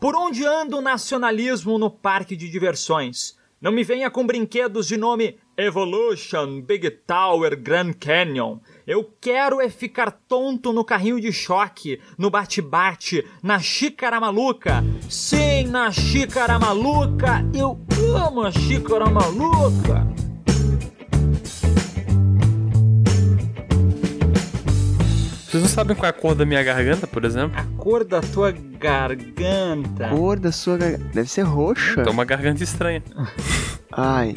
Por onde anda o nacionalismo no parque de diversões? Não me venha com brinquedos de nome Evolution, Big Tower, Grand Canyon. Eu quero é ficar tonto no carrinho de choque, no bate-bate, na xícara maluca. Sim, na xícara maluca. Eu amo a xícara maluca. Vocês não sabem qual é a cor da minha garganta, por exemplo? A cor da tua garganta. Cor da sua garganta. Deve ser roxa. Então, uma garganta estranha. Ai.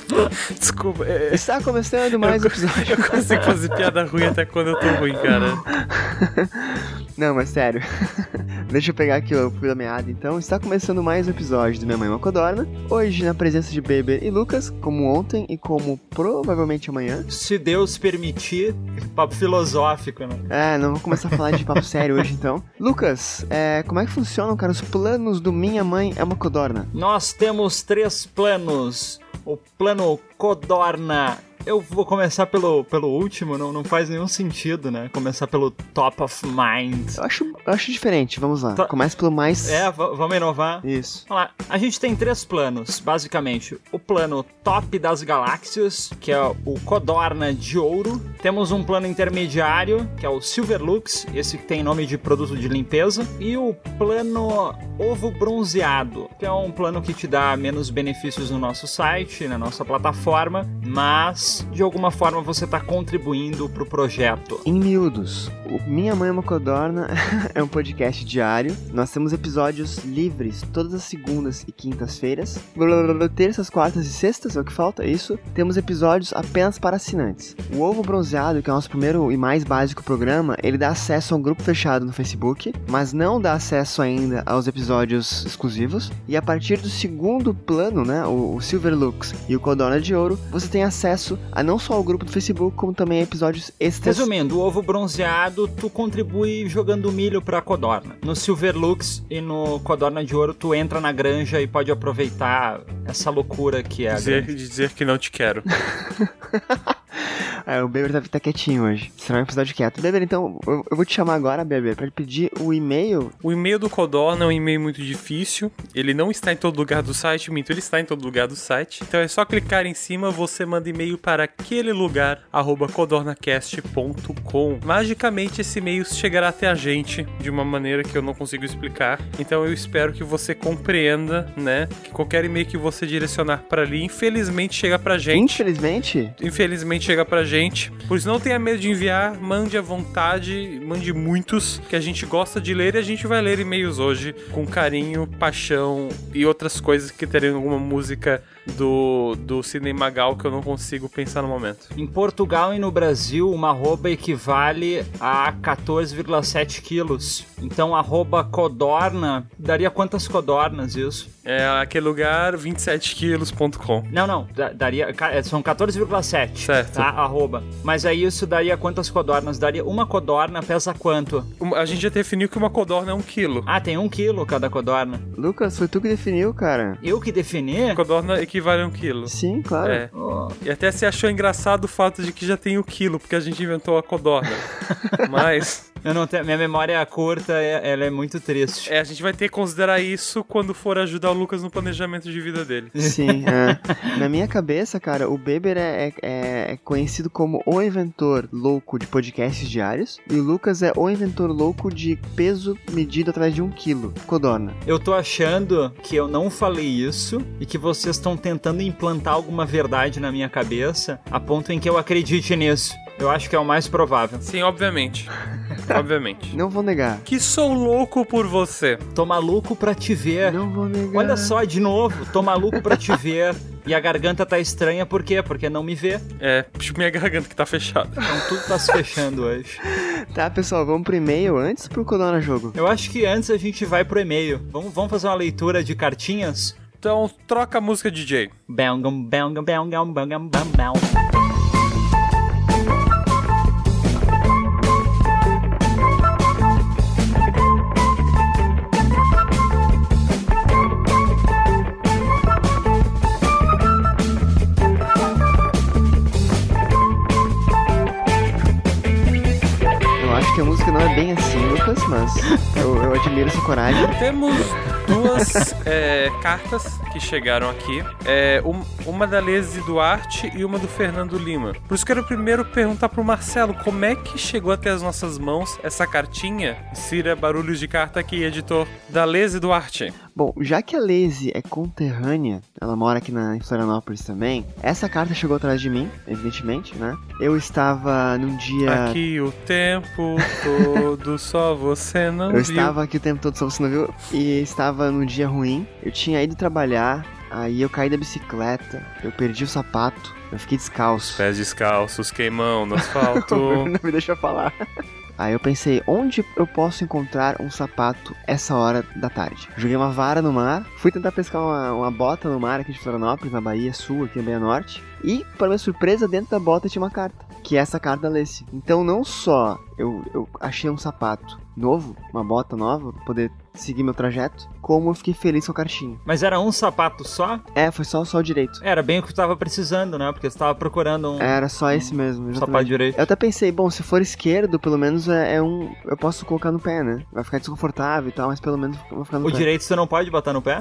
Desculpa, é- Está começando mais um eu episódio. consigo fazer piada ruim até quando eu tô ruim, cara. Não, mas sério. Deixa eu pegar aqui o fio da meada, então. Está começando mais um episódio do Minha Mãe é uma Codorna. Hoje, na presença de Beber e Lucas, como ontem e como provavelmente amanhã. Se Deus permitir, papo filosófico, né? É, não vou começar a falar de papo sério hoje, então. Lucas, é, como é que funcionam, cara, os planos do Minha Mãe é uma Codorna? Nós temos três planos. O plano Codorna. Eu vou começar pelo, pelo último, não, não faz nenhum sentido, né? Começar pelo Top of Mind. Eu acho, eu acho diferente, vamos lá. Tá. Começa pelo mais... É, va- vamos inovar. Isso. Vamos lá. A gente tem três planos, basicamente. O plano top das galáxias, que é o Codorna de ouro. Temos um plano intermediário, que é o Silverlux, esse que tem nome de produto de limpeza. E o plano ovo bronzeado, que é um plano que te dá menos benefícios no nosso site, na nossa plataforma, mas de alguma forma você está contribuindo para o projeto. Em miúdos, o Minha Mãe é uma Codorna é um podcast diário. Nós temos episódios livres todas as segundas e quintas-feiras. Blá, blá, blá, Terças, quartas e sextas, é o que falta, isso. Temos episódios apenas para assinantes. O Ovo Bronzeado, que é o nosso primeiro e mais básico programa, ele dá acesso a um grupo fechado no Facebook, mas não dá acesso ainda aos episódios exclusivos. E a partir do segundo plano, né, o, o Silver Lux e o Codorna de Ouro, você tem acesso a não só ao grupo do Facebook, como também a episódios extras Resumindo, o ovo bronzeado, tu contribui jogando milho pra codorna. No Silverlux e no codorna de ouro, tu entra na granja e pode aproveitar essa loucura que é a Dizer, granja. dizer que não te quero. Ah, o Beber tá, tá quietinho hoje. Será um episódio quieto. Beber, então, eu, eu vou te chamar agora, Beber, pra pedir o e-mail. O e-mail do Codorna é um e-mail muito difícil. Ele não está em todo lugar do site, minto, ele está em todo lugar do site. Então é só clicar em cima, você manda e-mail para aquele lugar, arroba codornacast.com. Magicamente esse e-mail chegará até a gente de uma maneira que eu não consigo explicar. Então eu espero que você compreenda, né? Que qualquer e-mail que você direcionar para ali, infelizmente chega pra gente Infelizmente, infelizmente chega pra gente. Por isso não tenha medo de enviar, mande à vontade, mande muitos, que a gente gosta de ler e a gente vai ler e-mails hoje com carinho, paixão e outras coisas que terem alguma música do, do Cinema Gal que eu não consigo pensar no momento. Em Portugal e no Brasil, uma arroba equivale a 14,7 quilos. Então, arroba codorna, daria quantas codornas isso? É aquele lugar 27quilos.com. Não, não, da- daria, ca- é, são 14,7, Certo. tá? Arroba. Mas aí isso daria quantas codornas? Daria uma codorna, pesa quanto? Uma- Um, A gente já definiu que uma codorna é um quilo. Ah, tem um quilo cada codorna. Lucas, foi tu que definiu, cara. Eu que defini? A codorna equivale a um quilo. Sim, claro. É. Oh, E até se achou engraçado o fato de que já tem o quilo, porque a gente inventou a codorna. Mas. Eu não tenho, minha memória curta, é- ela é muito triste. É, a gente vai ter que considerar isso quando for ajudar o Lucas no planejamento de vida dele. Sim, é. Na minha cabeça, cara, o Beber é, é- é conhecido como o inventor louco de podcasts diários. E o Lucas é o inventor louco de peso medido através de um quilo. Codorna. Eu tô achando que eu não falei isso e que vocês estão tentando implantar alguma verdade na minha cabeça a ponto em que eu acredite nisso. Eu acho que é o mais provável. Sim, obviamente. obviamente. Não vou negar. Que sou louco por você. Tô maluco pra te ver. Não vou negar. É. Olha só, de novo, tô maluco pra te ver. E a garganta tá estranha, por quê? Porque não me vê. É, puxa, minha garganta que tá fechada. Então tudo tá se fechando hoje. Tá, pessoal, vamos pro e-mail antes ou pro Codorna Jogo? Eu acho que antes a gente vai pro e-mail. Vamos, vamos fazer uma leitura de cartinhas? Então, troca a música, DJ. Bangam, bangam, bangam, bangam, bangam. Eu acho que a música não é bem assim, Lucas, mas eu, eu admiro essa coragem. Temos duas é, cartas que chegaram aqui. É, um- uma da Lese Duarte e uma do Fernando Lima. Por isso quero primeiro perguntar pro Marcelo como é que chegou até as nossas mãos essa cartinha. Insira barulhos de carta aqui, editor. Da Lese Duarte. Bom, já que a Lazy é conterrânea, ela mora aqui na, em Florianópolis também, essa carta chegou atrás de mim, evidentemente, né? Eu estava num dia. Aqui o tempo todo, só você não Eu viu. estava aqui o tempo todo, só você não viu? E estava num dia ruim. Eu tinha ido trabalhar, aí eu caí da bicicleta, eu perdi o sapato, eu fiquei descalço. Pés descalços, queimão no asfalto. Não me deixa falar. Aí eu pensei, onde eu posso encontrar um sapato essa hora da tarde? Joguei uma vara no mar, fui tentar pescar uma, uma bota no mar aqui de Florianópolis, na Bahia Sul, aqui na Bahia Norte. E, para minha surpresa, dentro da bota tinha uma carta, que é essa carta da Lacey. Então, não só eu, eu achei um sapato novo, uma bota nova, pra poder seguir meu trajeto, como eu fiquei feliz com a cartinha. Mas era um sapato só? É, foi só, só o direito. Era bem o que tu tava precisando, né? Porque você tava procurando um Era só esse mesmo, É, exatamente. sapato direito. Eu até pensei, bom, se for esquerdo, pelo menos é, é um. Eu posso colocar no pé, né? Vai ficar desconfortável e tal, mas pelo menos eu vou ficar no O pé. direito você não pode botar no pé?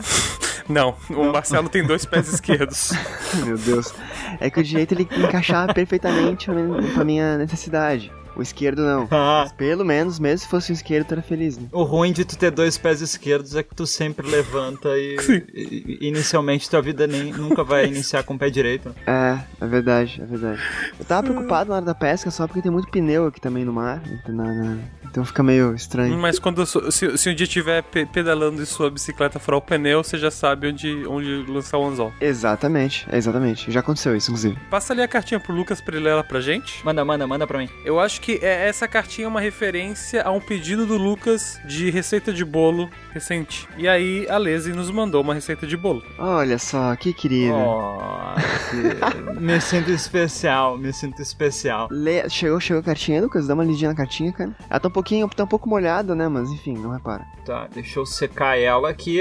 Não, o Marcelo tem dois pés esquerdos. Meu Deus. É que o direito ele encaixava perfeitamente pra minha, pra minha necessidade. O esquerdo não. Ah, Mas pelo menos, mesmo se fosse o esquerdo, eu era feliz, né? o ruim de tu ter dois pés esquerdos é que tu sempre levanta e, Sim. e- e inicialmente tua vida nem, nunca vai iniciar com o pé direito. É, é verdade, é verdade. Eu tava preocupado na hora da pesca só porque tem muito pneu aqui também no mar. Então, na- na- então fica meio estranho. Mas quando eu sou- se, se um dia estiver pedalando e sua bicicleta furar o pneu, você já sabe onde, onde lançar o anzol. Exatamente, exatamente. Já aconteceu isso, inclusive. Passa ali a cartinha pro Lucas pra ele ler ela pra gente. Manda, manda, manda pra mim. Eu acho que é- essa cartinha é uma referência a um pedido do Lucas de receita de bolo recente. E aí a Lese nos mandou uma receita de bolo. Olha só, que querido. Oh, que- me sinto especial, me sinto especial. Lê- chegou, chegou a cartinha, Lucas? Dá uma lidinha na cartinha, cara. Ela tá um pouquinho, tá um pouco molhada, né? Mas enfim, não repara. Tá, deixa eu secar ela aqui.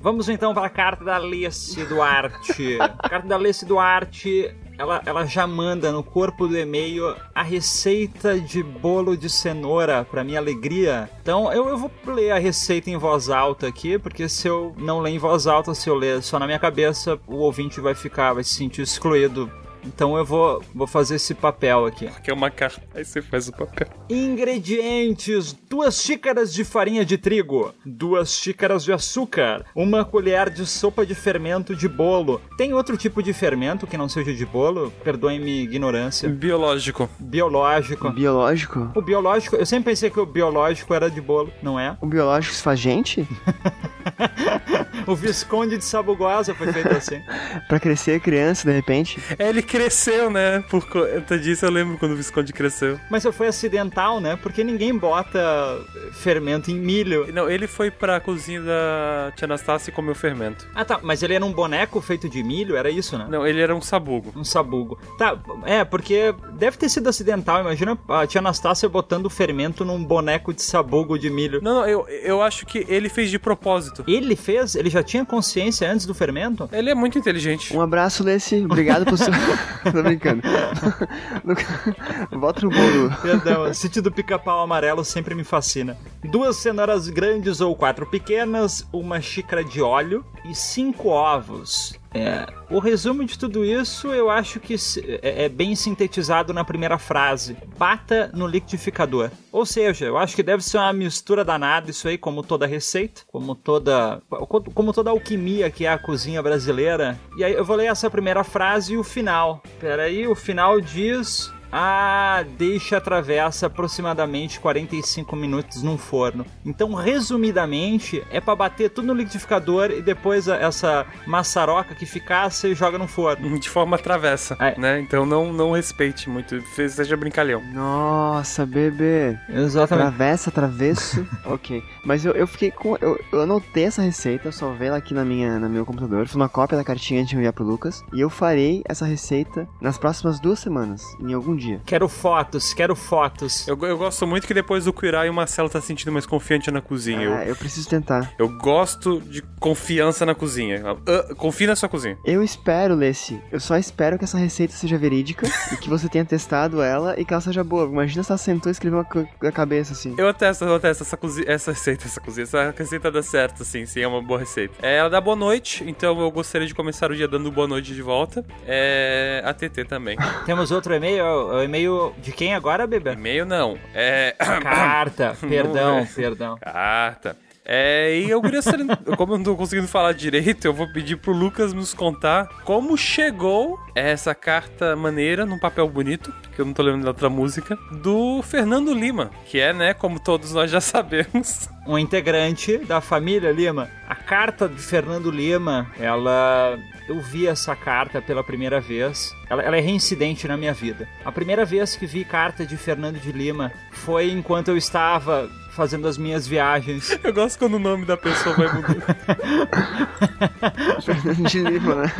Vamos então para a carta da Alice Duarte. A carta da Alice Duarte, ela, ela já manda no corpo do e-mail a receita de bolo de cenoura, para minha alegria. Então eu, eu vou ler a receita em voz alta aqui, porque se eu não ler em voz alta, se eu ler só na minha cabeça, o ouvinte vai ficar, vai se sentir excluído. Então eu vou, vou fazer esse papel aqui. Que é uma carta. Aí você faz o papel. Ingredientes: duas xícaras de farinha de trigo, duas xícaras de açúcar, uma colher de sopa de fermento de bolo. Tem outro tipo de fermento que não seja de bolo? Perdoem-me ignorância. Biológico. Biológico. Um Biológico? O biológico, eu sempre pensei que o biológico era de bolo, não é? O um biológico se faz gente? O Visconde de Sabugosa foi feito assim. pra crescer criança, de repente? É, ele cresceu, né? Por conta disso eu lembro quando o Visconde cresceu. Mas foi acidental, né? Porque ninguém bota fermento em milho. Não, ele foi pra cozinha da Tia Anastácia e comeu fermento. Ah tá, mas ele era um boneco feito de milho? Era isso, né? Não, ele era um sabugo. Um sabugo. Tá, é, porque deve ter sido acidental. Imagina a tia Anastácia botando fermento num boneco de sabugo de milho. Não, não, eu, eu acho que ele fez de propósito. Ele fez? Ele já tinha consciência antes do fermento? Ele é muito inteligente. Um abraço, Lesse. Obrigado por seu. Tô brincando. Volta no bolo. Perdão, o sítio do pica-pau amarelo sempre me fascina. Duas cenouras grandes ou quatro pequenas, uma xícara de óleo e cinco ovos. É, o resumo de tudo isso eu acho que se- é, é bem sintetizado na primeira frase: bata no liquidificador. Ou seja, eu acho que deve ser uma mistura danada isso aí, como toda receita, como toda como toda alquimia que é a cozinha brasileira. E aí eu vou ler essa primeira frase e o final. Peraí, o final diz. Ah, deixa a travessa aproximadamente 45 minutos num forno. Então, resumidamente, é pra bater tudo no liquidificador e depois a- essa maçaroca que ficar, você joga no forno. De forma travessa, É. né? Então não, não respeite muito, fe- seja brincalhão. Nossa, bebê. Exatamente. Travessa, travesso. ok. Mas eu, eu fiquei com. Eu, eu anotei essa receita, eu salvei ela aqui na minha, no meu computador. Fiz uma cópia da cartinha antes de enviar pro Lucas. E eu farei essa receita nas próximas duas semanas. Em algum dia. Quero fotos, quero fotos. Eu, eu gosto muito que depois do Quirai o Marcelo tá se sentindo mais confiante na cozinha. Eu, Ah, eu preciso tentar. eu gosto de confiança na cozinha. Ah, confie na sua cozinha. Eu espero, Lessie. Eu só espero que essa receita seja verídica e que você tenha testado ela e que ela seja boa. Imagina se ela sentou e escreveu uma co- a cabeça assim. Eu atesto, eu atesto essa, cozi... essa receita, essa cozinha. Essa receita dá certo, sim, sim, é uma boa receita. É, ela dá boa noite, então eu gostaria de começar o dia dando boa noite de volta. É. A TT também. Temos outro e-mail, é o é o e-mail de quem agora, bebê? E-mail não. É. Carta, Não perdão, é. perdão. Carta. É, e eu queria saber, como eu não tô conseguindo falar direito, eu vou pedir pro Lucas nos contar como chegou essa carta maneira, num papel bonito, que eu não tô lembrando da outra música, do Fernando Lima, que é, né, como todos nós já sabemos, um integrante da família Lima. A carta de Fernando Lima, ela. Eu vi essa carta pela primeira vez. Ela, ela é reincidente na minha vida. A primeira vez que vi carta de Fernando de Lima foi enquanto eu estava fazendo as minhas viagens. Eu gosto quando o nome da pessoa vai mudando. de livro, né?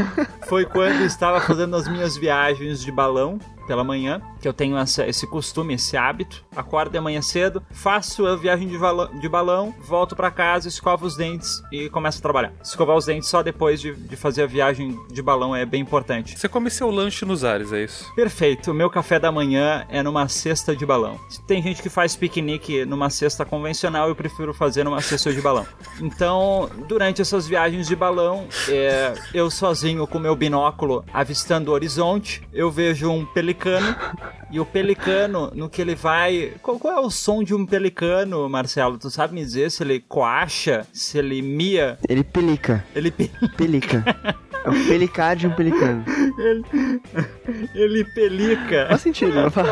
Foi quando eu estava fazendo as minhas viagens de balão pela manhã, que eu tenho essa- esse costume, esse hábito. Acordo de manhã cedo, faço a viagem de, vala- de balão, volto pra casa, escovo os dentes e começo a trabalhar. Escovar os dentes só depois de, de fazer a viagem de balão é bem importante. Você come seu lanche nos ares, é isso? Perfeito, o meu café da manhã é numa cesta de balão. Tem gente que faz piquenique numa cesta convencional, eu prefiro fazer numa cesta de balão. Então, durante essas viagens de balão, é, eu sozinho com meu binóculo avistando o horizonte, eu vejo um pelicano. E o pelicano, no que ele vai. Qual, qual é o som de um pelicano, Marcelo? Tu sabe me dizer se ele coacha, se ele mia, Ele pelica. ele, pe- Pelica. É o pelicar de um pelicano. ele, ele pelica? Faz sentido, não faz?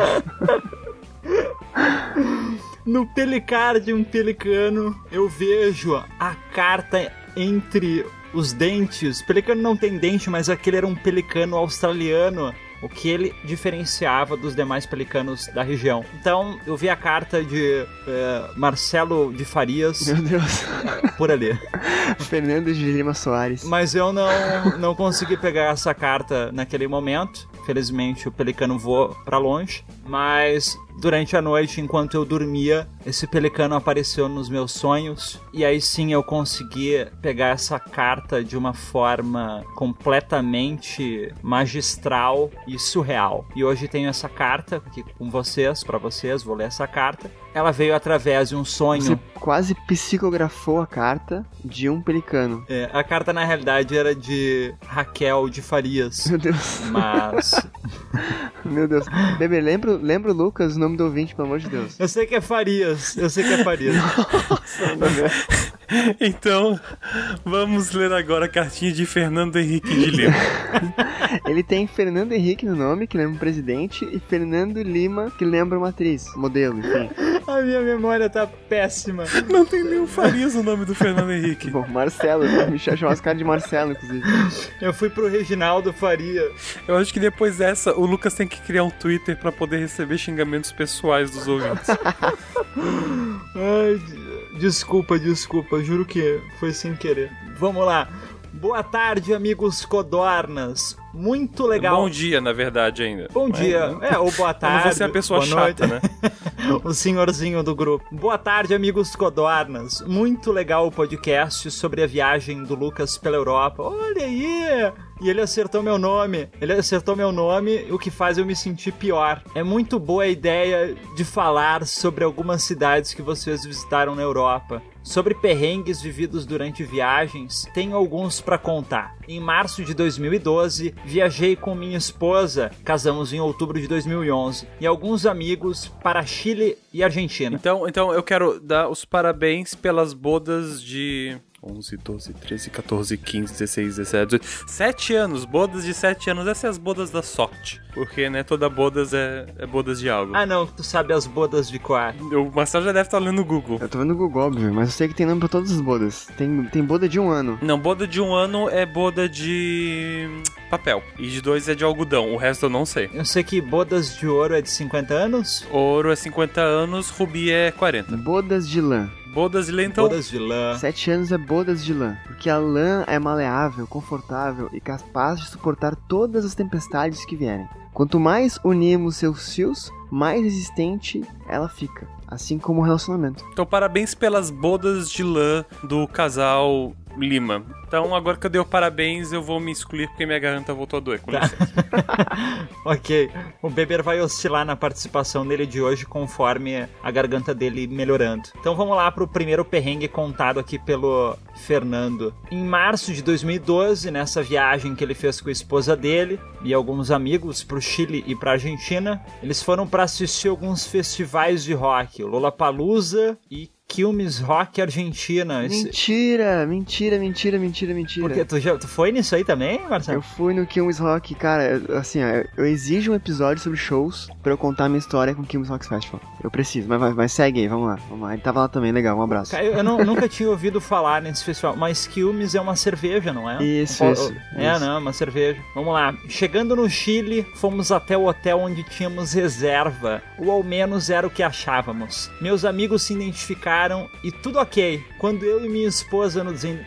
No pelicar de um pelicano, eu vejo a carta entre os dentes. Pelicano não tem dente, mas aquele era um pelicano australiano. O que ele diferenciava dos demais pelicanos da região. Então, eu vi a carta de eh, Marcelo de Farias Meu Deus. por ali. Fernando de Lima Soares. Mas eu não, não consegui pegar essa carta naquele momento. Felizmente o pelicano voou pra longe. Mas durante a noite, enquanto eu dormia, esse pelicano apareceu nos meus sonhos. E aí sim eu consegui pegar essa carta de uma forma completamente magistral e surreal. E hoje tenho essa carta aqui com vocês, pra vocês. Vou ler essa carta. Ela veio através de um sonho. Você quase psicografou a carta de um pelicano. É, a carta na realidade era de Raquel de Farias. Meu Deus. Mas. Meu Deus. Bebê, lembra, lembra o Lucas, o nome do ouvinte, pelo amor de Deus. Eu sei que é Farias. Eu sei que é Farias. Então, vamos ler agora a cartinha de Fernando Henrique de Lima. Ele tem Fernando Henrique no nome, que lembra um presidente, e Fernando Lima, que lembra uma atriz, modelo, enfim. a minha memória tá péssima. Não tem nenhum Farias no nome do Fernando Henrique. Bom, Marcelo, né? me cha- chamava esse cara de Marcelo, inclusive. Eu fui pro Reginaldo Faria. Eu acho que depois dessa, o Lucas tem que criar um Twitter pra poder receber xingamentos pessoais dos ouvintes. Ai, de- desculpa, desculpa. Juro que foi sem querer. Vamos lá. Boa tarde, amigos codornas. Muito legal. Bom dia, na verdade, ainda. né? Bom dia. É, ou boa Como tarde. você é a pessoa boa chata, noite. né? o senhorzinho do grupo. Boa tarde, amigos codornas. Muito legal o podcast sobre a viagem do Lucas pela Europa. Olha aí! E ele acertou meu nome. Ele acertou meu nome, o que faz eu me sentir pior. É muito boa a ideia de falar sobre algumas cidades que vocês visitaram na Europa. Sobre perrengues vividos durante viagens, tenho alguns para contar. Em março de 2012, viajei com minha esposa, casamos em outubro de 2011, e alguns amigos para Chile e Argentina. Então, então eu quero dar os parabéns pelas bodas de 11, 12, 13, 14, 15, 16, 17, 18. 7 anos, bodas de 7 anos. Essas são as bodas da sorte. Porque, né, toda bodas é, é bodas de algo. Ah, não, tu sabe as bodas de Coar. O Marcelo já deve estar olhando no Google. Eu tô vendo o Google, óbvio, mas eu sei que tem nome pra todas as bodas. Tem, tem boda de um ano. Não, boda de um ano é boda de hum, papel. E de dois é de algodão. O resto eu não sei. Eu sei que bodas de ouro é de 50 anos, Ouro é 50 anos, rubi é 40. Bodas de lã. Bodas de lã, então. bodas de lã. Sete anos é bodas de lã, porque a lã é maleável, confortável e capaz de suportar todas as tempestades que vierem. Quanto mais unirmos seus fios, mais resistente ela fica. Assim como o relacionamento. Então, parabéns pelas bodas de lã do casal Lima. Então, agora que eu dei o parabéns, eu vou me excluir porque minha garganta voltou a doer. Com licença. ok. O Beber vai oscilar na participação dele de hoje conforme a garganta dele melhorando. Então vamos lá pro primeiro perrengue contado aqui pelo Fernando. Em março de 2012, nessa viagem que ele fez com a esposa dele e alguns amigos pro Chile e pra Argentina, eles foram para assistir alguns festivais de rock, o Lollapalooza e Quilmes Rock Argentina. Esse- Mentira, mentira, mentira, mentira, mentira. Porque tu, já, tu foi nisso aí também, Marcelo? Eu fui no Kilmes Rock, cara, eu- assim, ó, eu- eu exijo um episódio sobre shows pra eu contar a minha história com o Kilmes Rock Festival. Eu preciso, mas, vai- mas segue aí, vamos lá, vamos lá. Ele tava lá também, legal, um abraço. Cara, Eu, eu não- nunca tinha ouvido falar nesse festival, mas Quilmes é uma cerveja, não é? Isso, Qual- isso, É, isso. não, uma cerveja. Vamos lá. Chegando no Chile, fomos até o hotel onde tínhamos reserva, ou ao menos era o que achávamos. Meus amigos se identificaram e tudo ok. Quando eu e minha esposa nos in-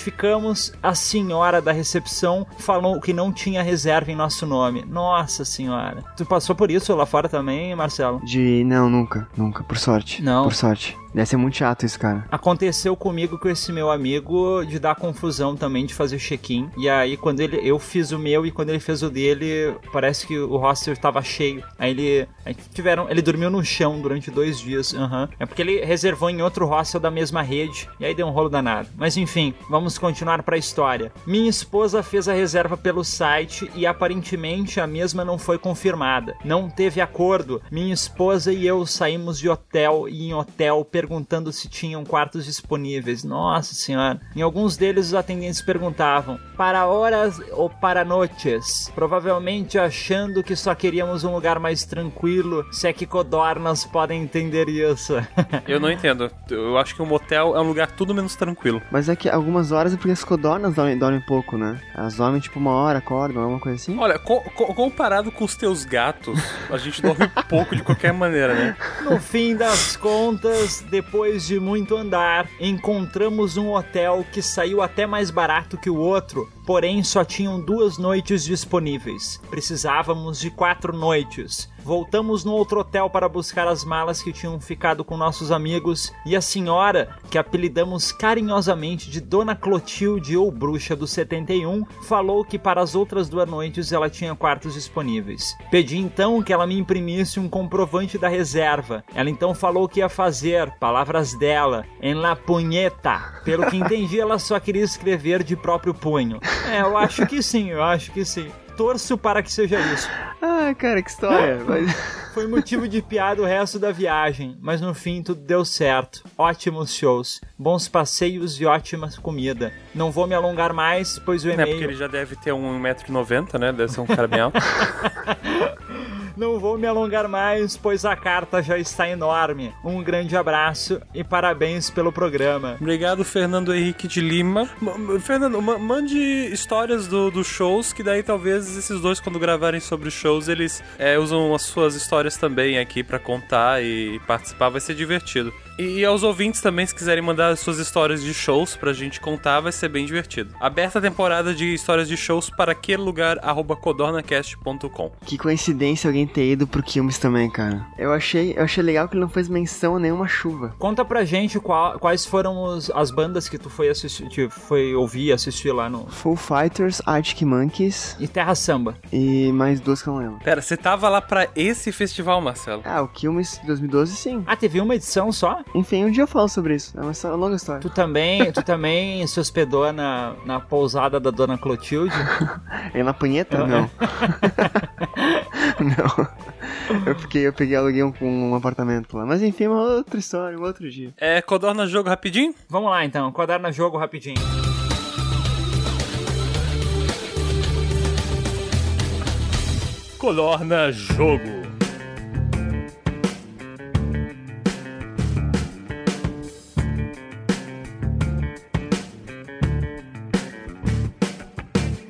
identificamos, a senhora da recepção falou que não tinha reserva em nosso nome. Nossa senhora. Tu passou por isso lá fora também, Marcelo? De. Não, nunca, nunca, por sorte. Não. Por sorte. Deve ser muito chato isso, cara. Aconteceu comigo com esse meu amigo de dar confusão também, de fazer check-in. E aí, quando ele, eu fiz o meu e quando ele fez o dele, parece que o roster tava cheio. Aí ele. aí tiveram, ele dormiu no chão durante dois dias. aham. É porque ele reservou em outro hostel da mesma rede. E aí deu um rolo danado. Mas enfim, vamos continuar pra história. Minha esposa fez a reserva pelo site e aparentemente a mesma não foi confirmada. Não teve acordo. Minha esposa e eu saímos de hotel e em hotel perguntando se tinham quartos disponíveis. Nossa senhora. Em alguns deles os atendentes perguntavam para horas ou para noites, provavelmente achando que só queríamos um lugar mais tranquilo, se é que codornas podem entender isso. eu não entendo. Eu acho que um motel é um lugar tudo menos tranquilo. Mas é que algumas horas é porque as codornas dormem, dormem pouco, né? Elas dormem tipo uma hora, acordam, alguma coisa assim. Olha, co- co- comparado com os teus gatos, a gente dorme um pouco de qualquer maneira, né? No fim das contas, depois de muito andar, encontramos um hotel que saiu até mais barato que o outro, porém só tinham duas noites disponíveis. Precisávamos de quatro noites. Voltamos no outro hotel para buscar as malas que tinham ficado com nossos amigos e a senhora, que apelidamos carinhosamente de Dona Clotilde ou Bruxa do 71, falou que para as outras duas noites ela tinha quartos disponíveis. Pedi então que ela me imprimisse um comprovante da reserva. Ela então falou que ia fazer, palavras dela, em la punheta. Pelo que entendi, ela só queria escrever de próprio punho. É, eu acho que sim, eu acho que sim. Torço para que seja isso. Ah, cara, que história. mas- Foi motivo de piada o resto da viagem, mas no fim tudo deu certo. Ótimos shows, bons passeios e ótima comida. Não vou me alongar mais, pois o É porque e-mail. ele já deve ter 1,90m, né? Deve ser um cara bem alto. Não vou me alongar mais, pois a carta já está enorme. Um grande abraço e parabéns pelo programa. Obrigado, Fernando Henrique de Lima. Ma- ma- Fernando, ma- mande histórias do- dos shows, que daí talvez esses dois, quando gravarem sobre os shows, eles é, usam as suas histórias também aqui pra contar e participar, vai ser divertido. E, e aos ouvintes também, se quiserem mandar as suas histórias de shows pra gente contar, vai ser bem divertido. Aberta a temporada de histórias de shows para aquele lugar, arroba codornacast.com. que coincidência alguém ter ido pro Kilmes também, cara. Eu achei, eu achei legal que ele não fez menção a nenhuma chuva. Conta pra gente qual- quais foram os- as bandas que tu foi assistir, te- foi ouvir, assistir lá no. Full Fighters, Arctic Monkeys E Terra Samba. e mais duas que eu não lembro. Pera, você tava lá pra esse festival, Marcelo? Ah, o Kilmes 2012 sim. Ah, teve uma edição só? Enfim, um dia eu falo sobre isso. É uma história- uma longa história. Tu também, tu também se hospedou na, na pousada da Dona Clotilde? É na punheta? Não. não. Eu fiquei, eu peguei aluguei um, um apartamento lá. Mas enfim, uma outra história, um outro dia. É, Codorna Jogo rapidinho? Vamos lá então, quaderno jogo rapidinho. Codorna Jogo.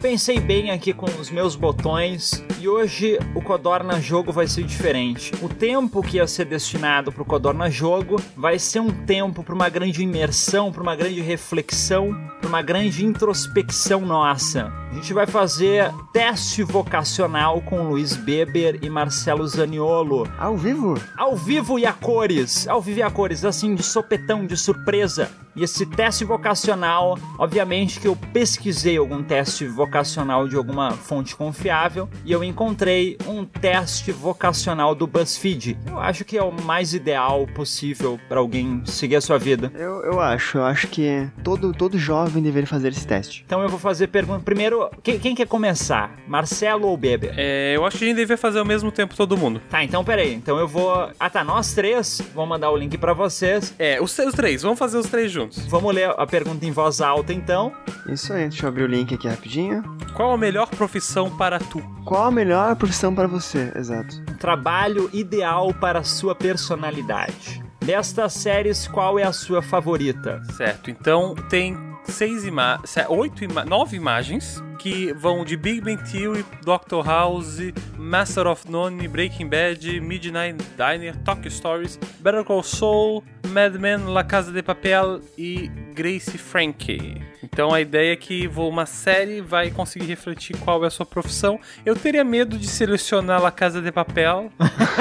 Pensei bem aqui com os meus botões e hoje o Codorna Jogo vai ser diferente. O tempo que ia ser destinado para o Codorna Jogo vai ser um tempo para uma grande imersão, para uma grande reflexão para uma grande introspecção nossa. A gente vai fazer teste vocacional com Luiz Beber e Marcelo Zaniolo. Ao vivo? Ao vivo e a cores, ao vivo e a cores, assim de sopetão, de surpresa. E esse teste vocacional, obviamente que eu pesquisei algum teste vocacional de alguma fonte confiável e eu encontrei um teste vocacional do BuzzFeed. Eu acho que é o mais ideal possível para alguém seguir a sua vida. Eu, eu acho, eu acho que todo, todo jovem deveria fazer esse teste. Então eu vou fazer pergunta. Primeiro, quem, quem quer começar? Marcelo ou Beber? É, eu acho que a gente deveria fazer ao mesmo tempo todo mundo. Tá, então peraí. Então eu vou. Ah, tá. Nós três. Vou mandar o link pra vocês. É, os, os três, vamos fazer os três juntos. Vamos ler a pergunta em voz alta, então. Isso aí, deixa eu abrir o link aqui rapidinho. Qual a melhor profissão para tu? Qual a melhor profissão para você? Exato. Trabalho ideal para sua personalidade. Destas séries, qual é a sua favorita? Certo, então tem seis ima se- oito ima nove imagens que vão de Big Bang Theory, Doctor House, Master of None, Breaking Bad, Midnight Diner, Tokyo Stories, Better Call Saul, Mad Men, La Casa de Papel e Grace Frankie. Então a ideia é que vou- uma série vai conseguir refletir qual é a sua profissão. Eu teria medo de selecionar La Casa de Papel,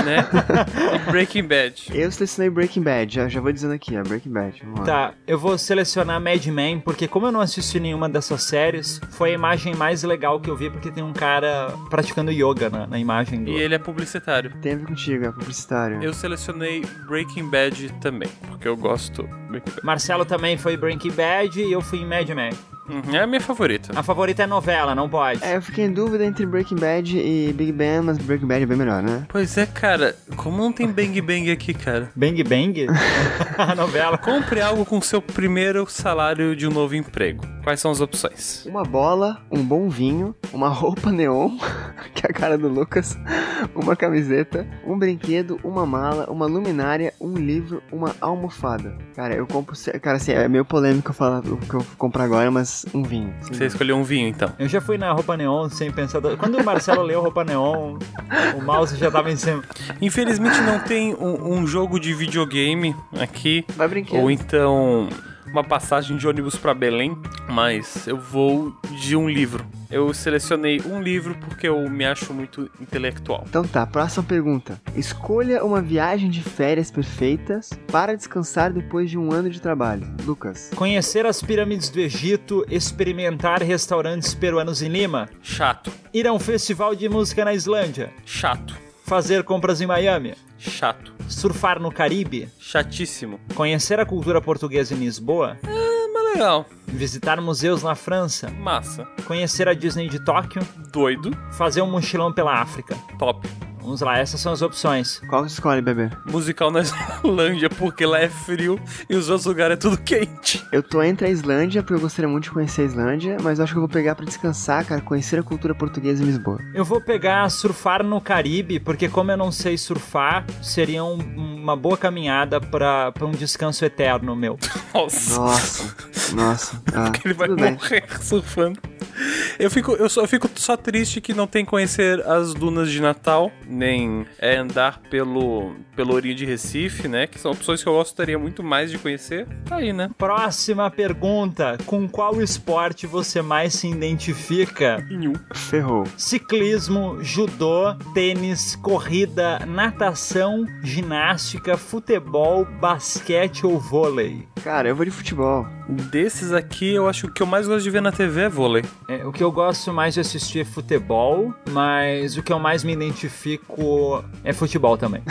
né? e Breaking Bad. Eu selecionei Breaking Bad, já, já vou dizendo aqui, é Breaking Bad. Vamos lá. Tá, eu vou selecionar Mad Men, porque como eu não assisti nenhuma dessas séries, foi a imagem mais legal que eu vi, porque tem um cara praticando yoga na, na imagem do. E ele é publicitário. Tem a ver contigo, é publicitário. Eu selecionei Breaking Bad também, porque eu gosto. Breaking Bad. Marcelo também foi Breaking Bad e eu fui em Mad Men. Uhum, É a minha favorita. A favorita é novela, não pode. É, eu fiquei em dúvida entre Breaking Bad e Big Bang, mas Breaking Bad é bem melhor, né? Pois é, cara, como não tem Bang Bang aqui, cara? Bang Bang? a novela. Compre algo com seu primeiro salário de um novo emprego. Quais são as opções? Uma bola, um bom vinho, uma roupa neon, que é a cara do Lucas, uma camiseta, um brinquedo, uma mala, uma luminária, um livro, uma almofada. Cara, eu compro. se- Cara, assim, é meio polêmico eu falar o que eu vou comprar agora, mas um vinho. Sim. Você escolheu um vinho, então. Eu já fui na Roupa Neon sem pensar. do- Quando o Marcelo leu Roupa Neon, o mouse já tava em cima. Infelizmente não tem um, um jogo de videogame aqui, Vai brinquedo. ou então uma passagem de ônibus pra Belém, mas eu vou de um livro. Eu selecionei um livro porque eu me acho muito intelectual. Então tá, próxima pergunta. Escolha uma viagem de férias perfeitas para descansar depois de um ano de trabalho. Lucas. Conhecer as pirâmides do Egito, experimentar restaurantes peruanos em Lima, Chato, ir a um festival de música na Islândia, chato, fazer compras em Miami, chato, surfar no Caribe, chatíssimo. conhecer a cultura portuguesa em Lisboa, É, Mas legal, visitar museus na França, massa, conhecer a Disney de Tóquio, doido, fazer um mochilão pela África. top. Vamos lá, essas são as opções. Qual que escolhe, bebê? musical na Islândia, porque lá é frio e os outros lugares é tudo quente. Eu tô entre a Islândia, porque eu gostaria muito de conhecer a Islândia, mas eu acho que eu vou pegar pra descansar, cara, conhecer a cultura portuguesa em Lisboa. Eu vou pegar surfar no Caribe, porque como eu não sei surfar, seria um- uma boa caminhada pra pra um descanso eterno meu. Nossa, Nossa, nossa. Ah, ele vai tudo bem. morrer surfando. Eu fico, eu, só, eu fico só triste que não tem conhecer as dunas de Natal, nem é andar pelo, pelo Orinho de Recife, né? Que são opções que eu gostaria muito mais de conhecer. Tá aí, né? Próxima pergunta: com qual esporte você mais se identifica? Nenhum. Ferrou. Ciclismo, judô, tênis, corrida, natação, ginástica, futebol, basquete ou vôlei? Cara, eu vou de futebol. Desses aqui, eu acho que o que eu mais gosto de ver na TV é vôlei. É, o que eu gosto mais de assistir é futebol, mas o que eu mais me identifico é futebol também.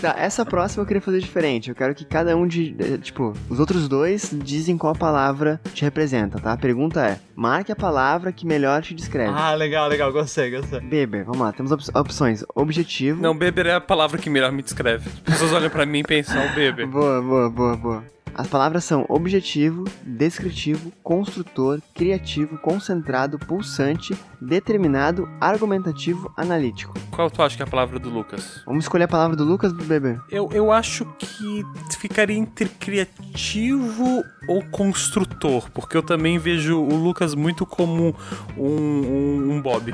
Tá, essa próxima eu queria fazer diferente. Eu quero que cada um de. eh, Tipo, os outros dois dizem qual palavra te representa, tá? A pergunta é: marque a palavra que melhor te descreve. Ah, legal, legal, gostei, gostei. Beber, vamos lá, temos op- opções. Objetivo. Não, beber é a palavra que melhor me descreve. As pessoas olham pra mim e pensam, "Oh, beber. Boa, boa, boa, boa. As palavras são objetivo, descritivo, construtor, criativo, concentrado, pulsante, determinado, argumentativo, analítico. Qual tu acha que é a palavra do Lucas? Vamos escolher a palavra do Lucas do bebê. Eu, eu acho que ficaria entre criativo ou construtor, porque eu também vejo o Lucas muito como um, um, um Bob.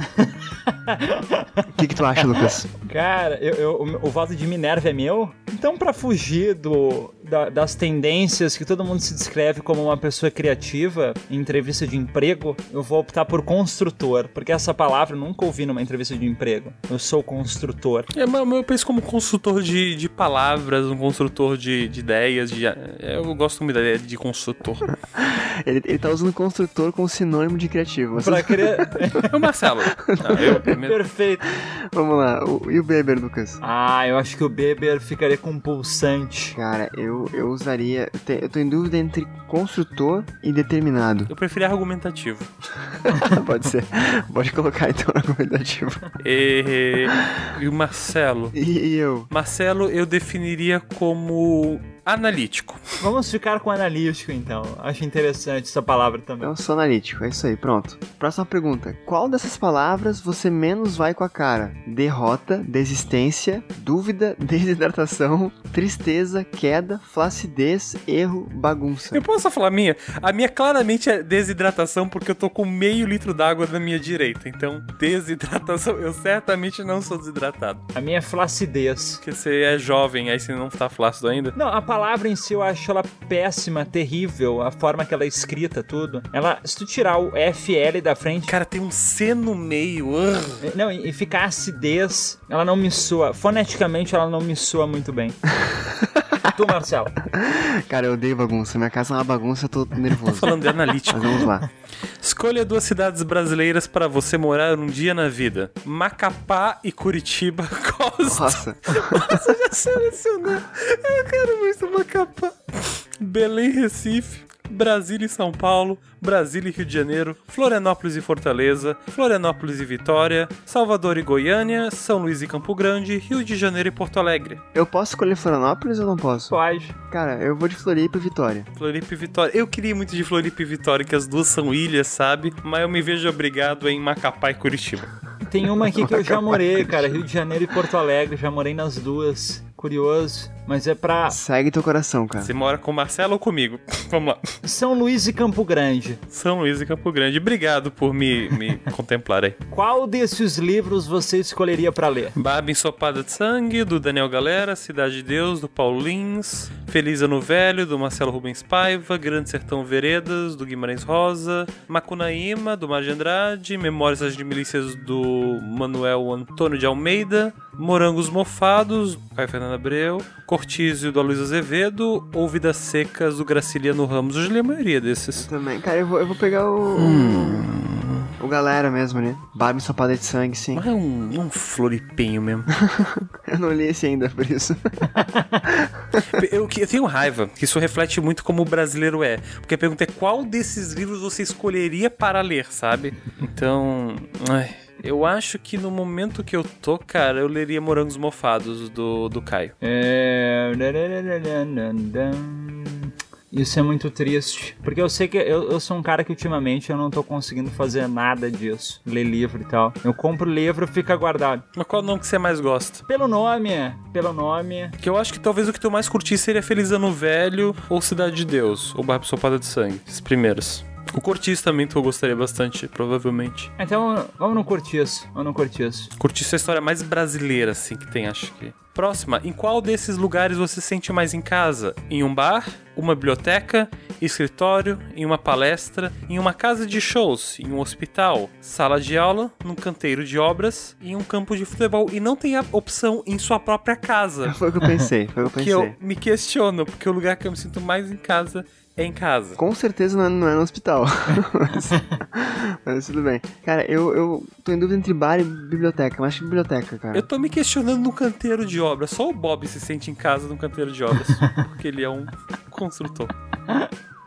O que, que tu acha, Lucas? Cara, eu, eu- o, o voto de Minerva é meu? Então, pra fugir do, da- das tendências que todo mundo se descreve como uma pessoa criativa em entrevista de emprego, eu vou optar por construtor, porque essa palavra eu nunca ouvi numa entrevista de emprego. Eu sou construtor. É, mas eu penso como construtor de, de palavras, um construtor de, de ideias. De, é, eu gosto muito da ideia de construtor. Ele, ele tá usando construtor como sinônimo de criativo. Pra criar... Ô, É Marcelo. Ah, eu, primeiro, Perfeito. Vamos lá, o- e o Beber, Lucas? Ah, eu acho que o Beber ficaria com um pulsante. Cara, eu, eu usaria. Eu, te- eu tô em dúvida entre construtor e determinado. eu preferi argumentativo. Pode ser. Pode colocar então na argumentativo. E, e o Marcelo. E, e eu? Marcelo eu definiria como analítico. Vamos ficar com analítico, então. Acho interessante essa palavra também. Então, sou analítico, é isso aí, pronto. Próxima pergunta. Qual dessas palavras você menos vai com a cara? Derrota, desistência, dúvida, desidratação, tristeza, queda, flacidez, erro, bagunça. Eu posso só falar a minha? A minha claramente é desidratação, porque eu tô com meio litro d'água na minha direita. Então, desidratação, eu certamente não sou desidratado. A minha é flacidez. Porque você é jovem, aí você não tá flácido ainda. Não, a palavra em si eu acho ela péssima, terrível, a forma que ela é escrita, tudo. Ela, se tu tirar o FL da frente, Cara, tem um C no meio. urr. não, e e ficar acidez, ela não me soa. Foneticamente ela não me soa muito bem. tu, Marcelo. Cara, eu odeio bagunça. Minha casa é uma bagunça, eu tô nervoso. Falando de Mas analítico. vamos lá. Escolha duas cidades brasileiras para você morar um dia na vida. Macapá e Curitiba Costa. Nossa, Nossa, já selecionou. Eu quero muito Macapá. Belém, Recife. Brasília e São Paulo, Brasília e Rio de Janeiro, Florianópolis e Fortaleza, Florianópolis e Vitória, Salvador e Goiânia, São Luís e Campo Grande, Rio de Janeiro e Porto Alegre. eu posso escolher Florianópolis ou não posso? Pode. Cara, eu vou de Floripa e Vitória. Floripa e Vitória. Eu queria muito de Floripa e Vitória, que as duas são ilhas, sabe? Mas eu me vejo obrigado em Macapá e Curitiba. Tem uma aqui que eu já morei, cara. Rio de Janeiro e Porto Alegre, já morei nas duas. Curioso, mas é pra Segue teu coração, cara. Você mora com o Marcelo ou comigo? Vamos lá. São Luís e Campo Grande. São Luís e Campo Grande. Obrigado por me, me contemplar aí. Qual desses livros você escolheria pra ler? Barba Ensopada de Sangue, do Daniel Galera, Cidade de Deus, do Paulo Lins, Feliz Ano Velho, do Marcelo Rubens Paiva, Grande Sertão Veredas, do Guimarães Rosa, Macunaíma, do Mar de Andrade, Memórias de Milícias, do Manuel Antônio de Almeida, Morangos Mofados, do Caio Fernando Abreu, Cortísio, do Luiz Azevedo, ou Vidas Secas, do Graciliano Ramos. Eu já li a maioria desses. Também. Cara, eu vou, eu vou pegar o. O galera mesmo, né? Barba ensopada de sangue, sim. Mas é um, é um floripenho mesmo. Eu não li esse ainda, por isso. Eu, que- eu tenho raiva, que isso reflete muito como o brasileiro é. Porque a pergunta é qual desses livros você escolheria para ler, sabe? Então. ai, eu acho que no momento que eu tô, cara, eu leria Morangos Mofados do, do Caio. É... né, Isso é muito triste. Porque eu sei que eu, eu sou um cara que ultimamente eu não tô conseguindo fazer nada disso. Ler livro e tal. Eu compro livro fica guardado. Mas qual é o nome que você mais gosta? Pelo nome, pelo nome. Que eu acho que talvez o que tu mais curtisse seria Feliz Ano Velho ou Cidade de Deus, ou Barba Sopada de Sangue, esses primeiros. O Cortiço também tu gostaria bastante, provavelmente. Então, vamos no cortiço. Vamos no cortiço. Curtiço é a história mais brasileira, assim, que tem, acho que. Próxima, em qual desses lugares você se sente mais em casa? Em um bar, uma biblioteca, escritório, em uma palestra, em uma casa de shows, em um hospital, sala de aula, num canteiro de obras, em um campo de futebol. E não tem a opção em sua própria casa. Foi o que eu pensei, foi o que eu Que pensei. eu me questiono, porque o lugar que eu me sinto mais em casa é em casa. Com certeza não é, não é no hospital. mas, mas tudo bem. Cara, eu, eu tô em dúvida entre bar e biblioteca. Mas acho que biblioteca, cara. Eu tô me questionando no canteiro de obras. Só o Bob se sente em casa no canteiro de obras, porque ele é um construtor.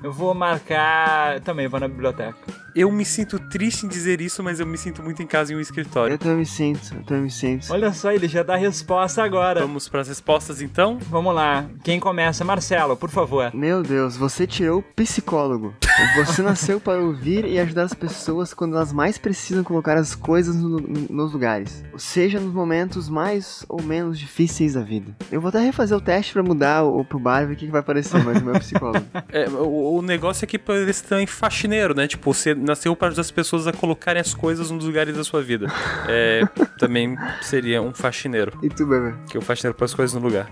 Eu vou marcar. Também vou na biblioteca. Eu me sinto triste em dizer isso, mas eu me sinto muito em casa em um escritório. Eu também me sinto, eu também me sinto. Olha só, ele já dá a resposta agora. Vamos pras respostas então? Vamos lá. Quem começa? Marcelo, por favor. Meu Deus, você tirou o psicólogo. Você nasceu para ouvir e ajudar as pessoas quando elas mais precisam colocar as coisas no- no- nos lugares. Seja nos momentos mais ou menos difíceis da vida. Eu vou até refazer o teste pra mudar o, pro bar e ver o que, que vai aparecer, mas o meu é psicólogo. É, o, o negócio é que parece também faxineiro, né? Tipo, você nasceu para ajudar as pessoas a colocarem as coisas nos lugares da sua vida. É, também seria um faxineiro. E tu, bebê? Que o faxineiro põe as coisas no lugar.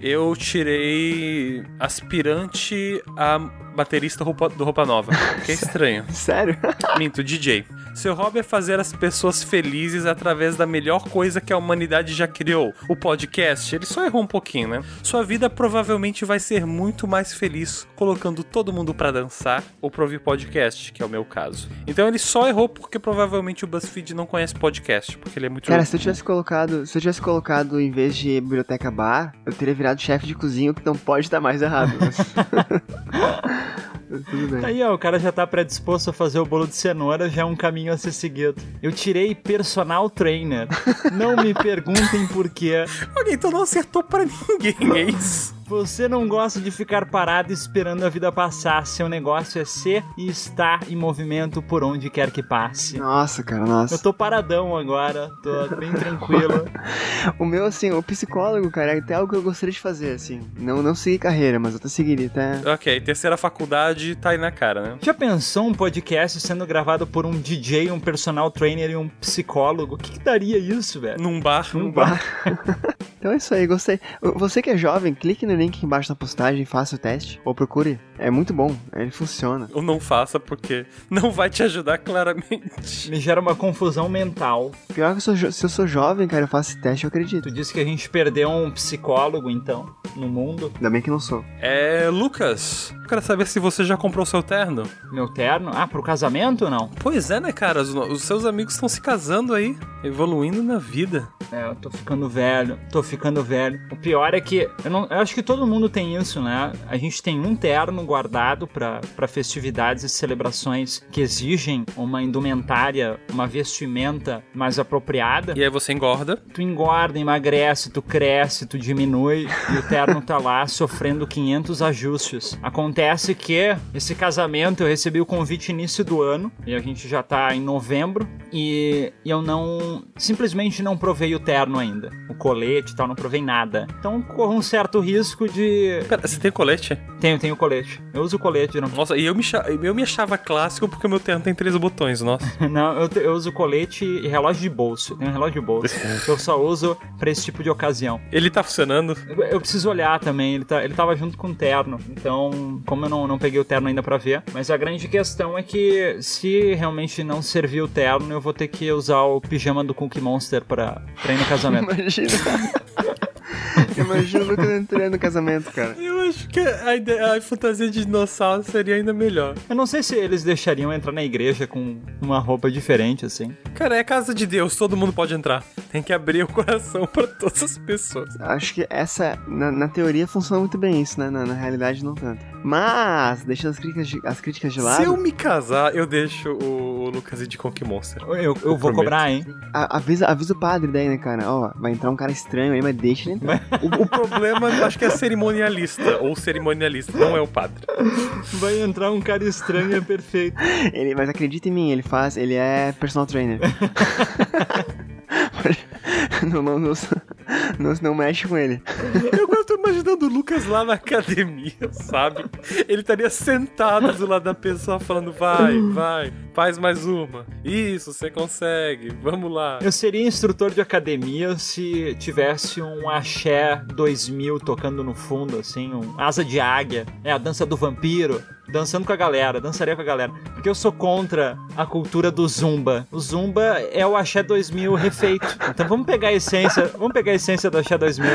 Eu tirei aspirante a baterista roupa- do Roupa Nova. Que é estranho. Sério? Minto, DJ. Seu hobby é fazer as pessoas felizes através da melhor coisa que a humanidade já criou, o podcast. Ele só errou um pouquinho, né? Sua vida provavelmente vai ser muito mais feliz colocando todo mundo pra dançar ou pra ouvir podcast, que é o meu caso. Então ele só errou porque provavelmente o BuzzFeed não conhece podcast, porque ele é muito Cara, se eu tivesse colocado, se eu tivesse colocado em vez de biblioteca bar, eu teria virado chefe de cozinha, o que não pode estar mais errado. mas- Tudo bem. Aí, ó, o cara já tá predisposto a fazer o bolo de cenoura, já é um caminho a ser seguido. Eu tirei personal trainer. Não me perguntem por quê. Ok, então não acertou pra ninguém, é isso? Você não gosta de ficar parado esperando a vida passar. Seu negócio é ser e estar em movimento por onde quer que passe. Nossa, cara, Eu nossa. tô paradão agora, tô bem tranquilo. O meu, assim, o psicólogo, cara, é até algo que eu gostaria de fazer, assim. Não, não seguir carreira, mas eu até seguiria, até. Ok, terceira faculdade tá aí na cara, né? Já pensou um podcast sendo gravado por um DJ, um personal trainer e um psicólogo? O que, que daria isso, velho? Num bar. Num um Então é isso aí, gostei. Você que é jovem, clique no link embaixo na postagem, faça o teste, ou procure. É muito bom, ele funciona. Ou não faça, porque não vai te ajudar claramente. Me gera uma confusão mental. Pior que eu sou jo- se eu sou jovem, cara, eu faço esse teste, eu acredito. Tu disse que a gente perdeu um psicólogo, então, no mundo. Ainda bem que não sou. É, Lucas, eu quero saber se você já comprou seu terno. Meu terno? Ah, pro casamento ou não? Pois é, né, cara? Os, os seus amigos estão se casando aí, evoluindo na vida. É, eu tô ficando velho, tô ficando velho. O pior é que, eu, não, eu acho que todo mundo tem isso, né? A gente tem um terno guardado pra pra festividades e celebrações que exigem uma indumentária, uma vestimenta mais apropriada. E aí você engorda. tu engorda, emagrece, tu cresce, tu diminui e o terno tá lá sofrendo 500 ajustes. Acontece que esse casamento eu recebi o convite início do ano e a gente já tá em novembro e eu não simplesmente não provei o terno ainda, o colete e tal, não provei nada. Então corro um certo risco de Pera, você tem colete? tenho tenho colete. Eu uso colete, não. Nossa, e eu me, cha- eu me achava clássico porque o meu terno tem três botões, nossa. Não, eu, te- eu uso colete e relógio de bolso. Tenho um relógio de bolso que eu só uso pra esse tipo de ocasião. Ele tá funcionando? Eu- Eu preciso olhar também, ele, tá, ele tava junto com o terno. Então, como eu não, não peguei o terno ainda pra ver, mas a grande questão é que se realmente não servir o terno, eu vou ter que usar o pijama do Cookie Monster pra, pra ir no casamento. Imagina. Imagina o Lucas entrando no casamento, cara. Eu acho que a, ideia- a fantasia de dinossauro seria ainda melhor. eu não sei se eles deixariam entrar na igreja com uma roupa diferente, assim. Cara, é casa de Deus, todo mundo pode entrar. Tem que abrir o coração pra todas as pessoas. Acho que essa, na, na teoria, funciona muito bem isso, né? Na, na realidade, não tanto. Mas, deixando as críticas de, as críticas de lado, Se eu me casar, eu deixo o Lucas ir de Conky Monster. Eu, eu, vou prometo. cobrar, hein? a- avisa, avisa o padre daí, né, cara? Ó, vai entrar um cara estranho aí, mas deixa ele entrar. O, o problema, eu acho que é cerimonialista, ou cerimonialista, não é o padre. Vai entrar um cara estranho e é perfeito. Ele, mas acredita em mim, ele faz, ele é personal trainer. não, não, não, não, não mexe com ele. Eu agora tô imaginando o Lucas lá na academia, sabe? Ele estaria sentado do lado da pessoa falando, vai, vai, faz mais uma. Isso, você consegue, vamos lá. Eu seria instrutor de academia se tivesse um axé 2000 tocando no fundo, assim, um asa de águia, é a dança do vampiro, dançando com a galera, dançaria com a galera. Porque eu sou contra a cultura do zumba. O zumba é o axé 2000 refeito. Então vamos pegar a essência, vamos pegar a essência do axé 2000.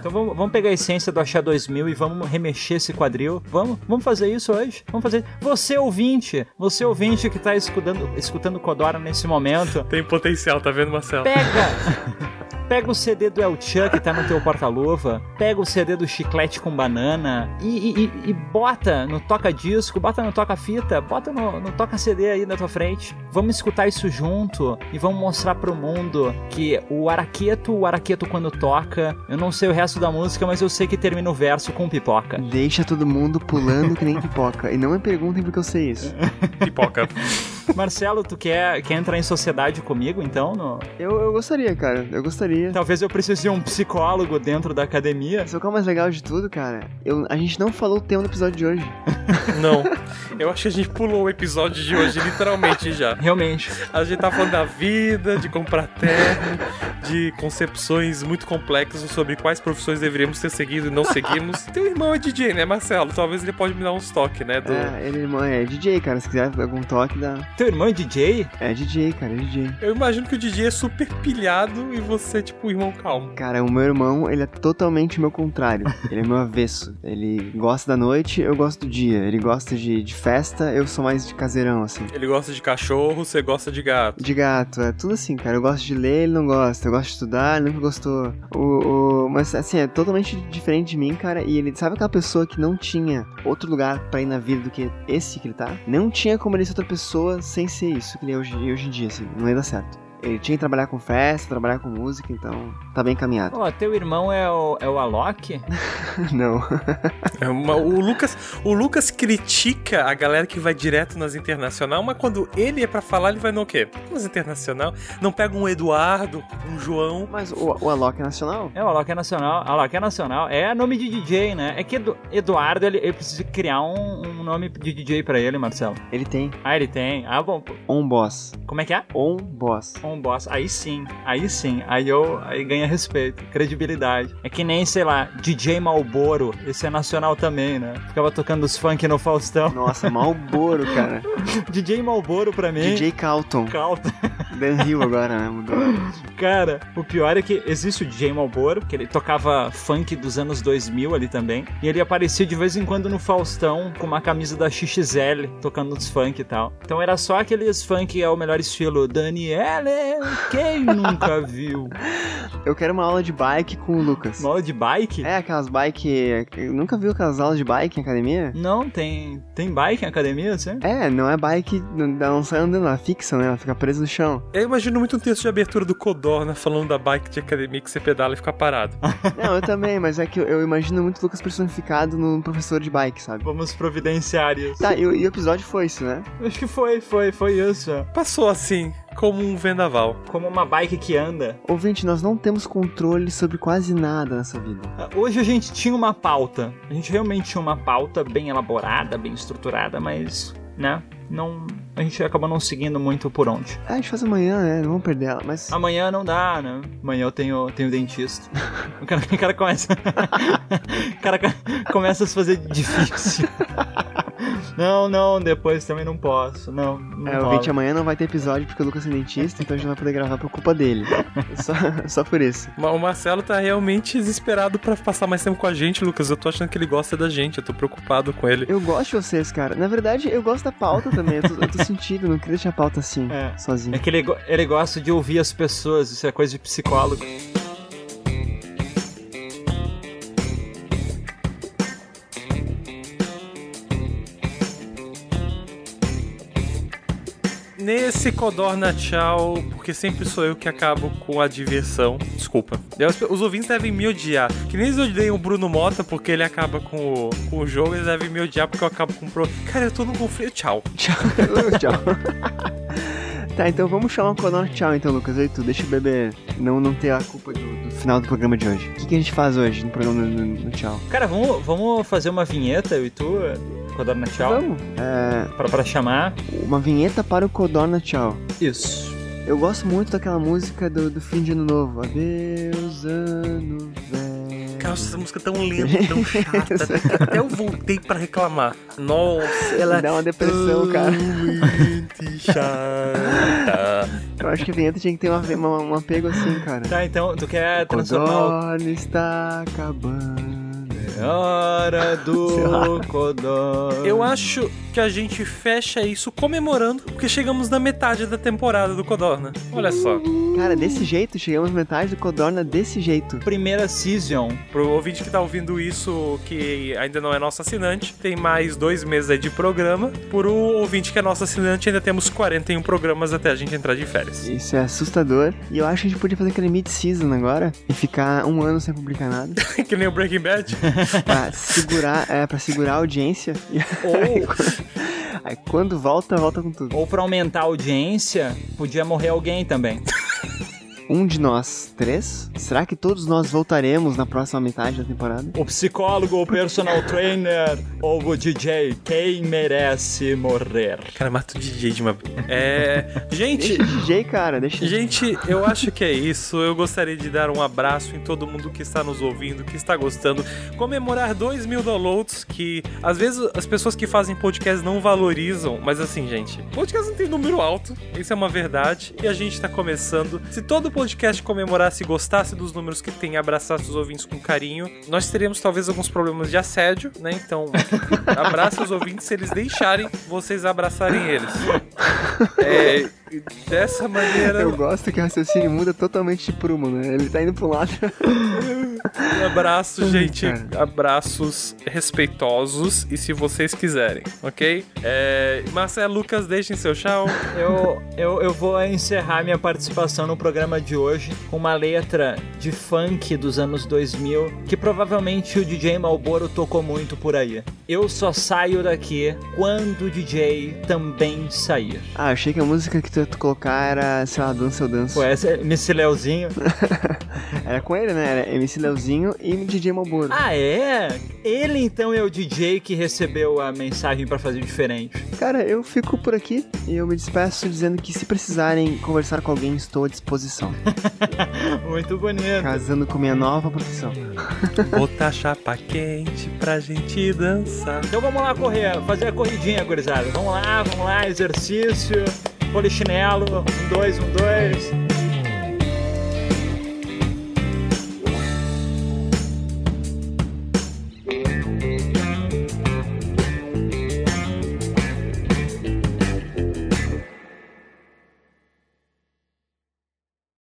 Então vamos, vamos pegar a essência do axé 2000 e vamos remexer esse quadril. Vamos, vamos fazer isso hoje. Vamos fazer. Você ouvinte, você ouvinte que tá escutando, escutando Codora nesse momento, Tem potencial, tá vendo, Marcelo? Pega! Pega o CD do El Chan que tá no teu porta-luva, pega o CD do Chiclete com Banana e, e- e- e bota no toca-disco, bota no toca-fita, bota no, no toca-CD aí na tua frente. Vamos escutar isso junto e vamos mostrar pro mundo que o araqueto, o araqueto quando toca, eu não sei o resto da música, mas eu sei que termina o verso com pipoca. Deixa todo mundo pulando que nem pipoca. E não me perguntem porque eu sei isso. Pipoca. Marcelo, tu quer, quer entrar em sociedade comigo então? no- Eu, eu gostaria, cara. Eu gostaria. Talvez eu precise de um psicólogo dentro da academia. Sabe o que é o mais legal de tudo, cara? Eu, a gente não falou o tema do episódio de hoje. Não, Eu acho que a gente pulou o episódio de hoje, literalmente já. Realmente. A gente tá falando da vida, de comprar terno, de concepções muito complexas sobre quais profissões deveríamos ter seguido e não seguimos. Teu irmão é DJ, né, Marcelo? Talvez ele pode me dar uns toques, né? Do... É, ele irmão, é DJ, cara. Se quiser algum toque, dá. Teu irmão é DJ? É DJ, cara, é DJ. Eu imagino que o DJ é super pilhado e você, tipo, irmão calmo. Cara, o meu irmão, ele é totalmente o meu contrário. Ele é meu avesso. Ele gosta da noite, eu gosto do dia. Ele gosta de, de festa, eu sou mais de caseirão, assim. Ele gosta de cachorro, você gosta de gato. De gato, é tudo assim, cara. Eu gosto de ler, ele não gosta. Eu gosto de estudar, ele nunca gostou. O, o- Mas assim, é totalmente diferente de mim, cara. E ele sabe aquela pessoa que não tinha outro lugar pra ir na vida do que esse que ele tá? Não tinha como ele ser outra pessoa sem ser isso que ele é hoje, hoje em dia, assim. Não ia dar certo. Ele tinha que trabalhar com festa, trabalhar com música, então tá bem encaminhado. Ó, teu irmão é o, é o Alok? não. É uma- o, Lucas, o Lucas critica a galera que vai direto nas internacional, mas quando ele é pra falar, ele vai no quê? Nas internacional. Não pega um Eduardo, um João. Mas o, o Alok é nacional? É, o Alok é nacional. Alok é nacional. É nome de DJ, né? É que Edu- Eduardo, ele, ele precisa criar um, um nome de DJ pra ele, Marcelo. Ele tem Ah, ele tem. Ah, bom. pô. On Boss. Como é que é? On Boss. Um boss. Aí sim. Aí sim. Aí eu aí ganha respeito, credibilidade. É que nem, sei lá, DJ Malboro. Esse é nacional também, né? Ficava tocando os funk no Faustão. Nossa, Malboro, cara. DJ Malboro pra mim. DJ Calton. Calta. Dan Hill agora, né? Mudou. Cara, o pior é que existe o DJ Malboro, que ele tocava funk dos anos 2000 ali também, e ele aparecia de vez em quando no Faustão com uma camisa da XXL, tocando uns funk e tal. Então era só aqueles funk é o melhor estilo Daniele, quem nunca viu? Eu quero uma aula de bike com o Lucas. Mola de bike? É, aquelas bike. eu Nunca viu aquelas aulas de bike em academia? Não, tem, tem bike na academia, assim? É, não é bike, não, ela não sai andando, ela fixa, né? Ela fica presa no chão. Eu imagino muito um texto de abertura do Codorna né, falando da bike de academia que você pedala e fica parado. Não, eu também, mas é que eu, eu imagino muito o Lucas personificado num professor de bike, sabe? Vamos providenciar isso. Tá, e, o- e o episódio foi isso, né? Acho que foi, foi, foi isso. ó. Passou assim, como um vendaval. Como uma bike que anda. Ouvinte, nós não temos controle sobre quase nada nessa vida. Ah, Hoje a gente tinha uma pauta. A gente realmente tinha uma pauta bem elaborada, bem estruturada, mas, né? Não, a gente acabou não seguindo muito por onde. Ah, a gente faz amanhã, né? Não vamos perder ela, mas. Amanhã não dá, né? Amanhã eu tenho, tenho dentista. O cara, o cara começa. o cara co- começa a se fazer difícil. Não, não, depois também não posso. Não, não É, rola. ouvinte, amanhã não vai ter episódio porque o Lucas é dentista, então a gente não vai poder gravar por culpa dele. Só, só por isso. Ma- O Marcelo tá realmente desesperado pra passar mais tempo com a gente, Lucas. Eu tô achando que ele gosta da gente, eu tô preocupado com ele. Eu gosto de vocês, cara. Na verdade, eu gosto da pauta também. Eu tô, eu tô sentindo, não queria deixar a pauta assim, É. sozinho. É que ele, go- ele gosta de ouvir as pessoas, isso é coisa de psicólogo. Nesse Codorna Tchau, porque sempre sou eu que acabo com a diversão. Desculpa. E as- Os ouvintes devem me odiar. Que nem eles odeiam o Bruno Mota porque ele acaba com o, com o jogo, eles devem me odiar porque eu acabo com o pro. Cara, eu tô num conflito. Tchau. Tchau. tchau. tá, então vamos chamar o Conor. Tchau, então, Lucas. Oi, tu, deixa o bebê não, não ter a culpa do, do final do programa de hoje. O que, que a gente faz hoje no programa do, do- do tchau? Cara, vamos, vamos fazer uma vinheta, eu e tu, Codorna Tchau, Vamos. É, pra, pra chamar. uma vinheta para o Codorna Tchau. Isso. Eu gosto muito daquela música do, do fim de ano novo. Adeus, ano velho. Cara, essa música é tão lenta, tão chata. Até eu voltei pra reclamar. Nossa, ela Uh. Me dá uma depressão, cara. Muito chata. Eu acho que a vinheta tinha que ter uma, uma, um apego assim, cara. Tá, então tu quer transformar o. Codorna está acabando. É hora Sei do lá. Codorna. Eu acho que a gente fecha isso comemorando, porque chegamos na metade da temporada do Codorna. Olha só. Cara, desse jeito, chegamos metade do Codorna desse jeito. Primeira season. Pro ouvinte que tá ouvindo isso, que ainda não é nosso assinante, tem mais dois meses aí de programa. Pro ouvinte que é nosso assinante, ainda temos 41 programas até a gente entrar de férias. Isso é assustador. E eu acho que a gente podia fazer aquele mid-season agora e ficar um ano sem publicar nada. que nem o Breaking Bad. pra segurar, é, pra segurar a audiência. E Ou, aí quando volta, volta com tudo. ou pra aumentar a audiência, podia morrer alguém também. um de nós três? Será que todos nós voltaremos na próxima metade da temporada? O psicólogo, o personal trainer ou o DJ? Quem merece morrer? Cara, mata o DJ de uma vez. É. Gente, Deixa o DJ, cara, deixa o Gente, eu acho que é isso. Eu gostaria de dar um abraço em todo mundo que está nos ouvindo, que está gostando. Comemorar 2 mil downloads, que às vezes as pessoas que fazem podcast não valorizam. Mas assim, gente, podcast não tem número alto. Isso é uma verdade. E a gente está começando. Se todo podcast comemorasse e gostasse dos números que tem, abraçasse os ouvintes com carinho, nós teríamos talvez alguns problemas de assédio, né? Então, abraça os ouvintes se eles deixarem vocês abraçarem eles. É, e dessa maneira. Eu gosto que o raciocínio muda totalmente de prumo, né? Ele tá indo pro lado. Um abraço, gente. cara. Abraços respeitosos e se vocês quiserem, ok? É, Marcelo Lucas, deixem seu tchau. Eu, eu, eu vou encerrar minha participação no programa de hoje com uma letra de funk dos anos 2000 que provavelmente o DJ Malboro tocou muito por aí. Eu só saio daqui quando o DJ também sair. Ah, achei que a música que tu ia colocar era, sei lá, Dança ou Dança. Pô, essa é Miss Leozinho. Era com ele, né? Era MC Leozinho e DJ Malboro. Ah, é? Ele então é o DJ que recebeu a mensagem pra fazer diferente. Cara, eu fico por aqui e eu me despeço dizendo que se precisarem conversar com alguém, estou à disposição. Muito bonito. Casando com minha nova profissão. Botar chapa quente pra gente dançar. Então vamos lá correr, fazer a corridinha, gurizada. Vamos lá, vamos lá, exercício, polichinelo, um, dois, um, dois.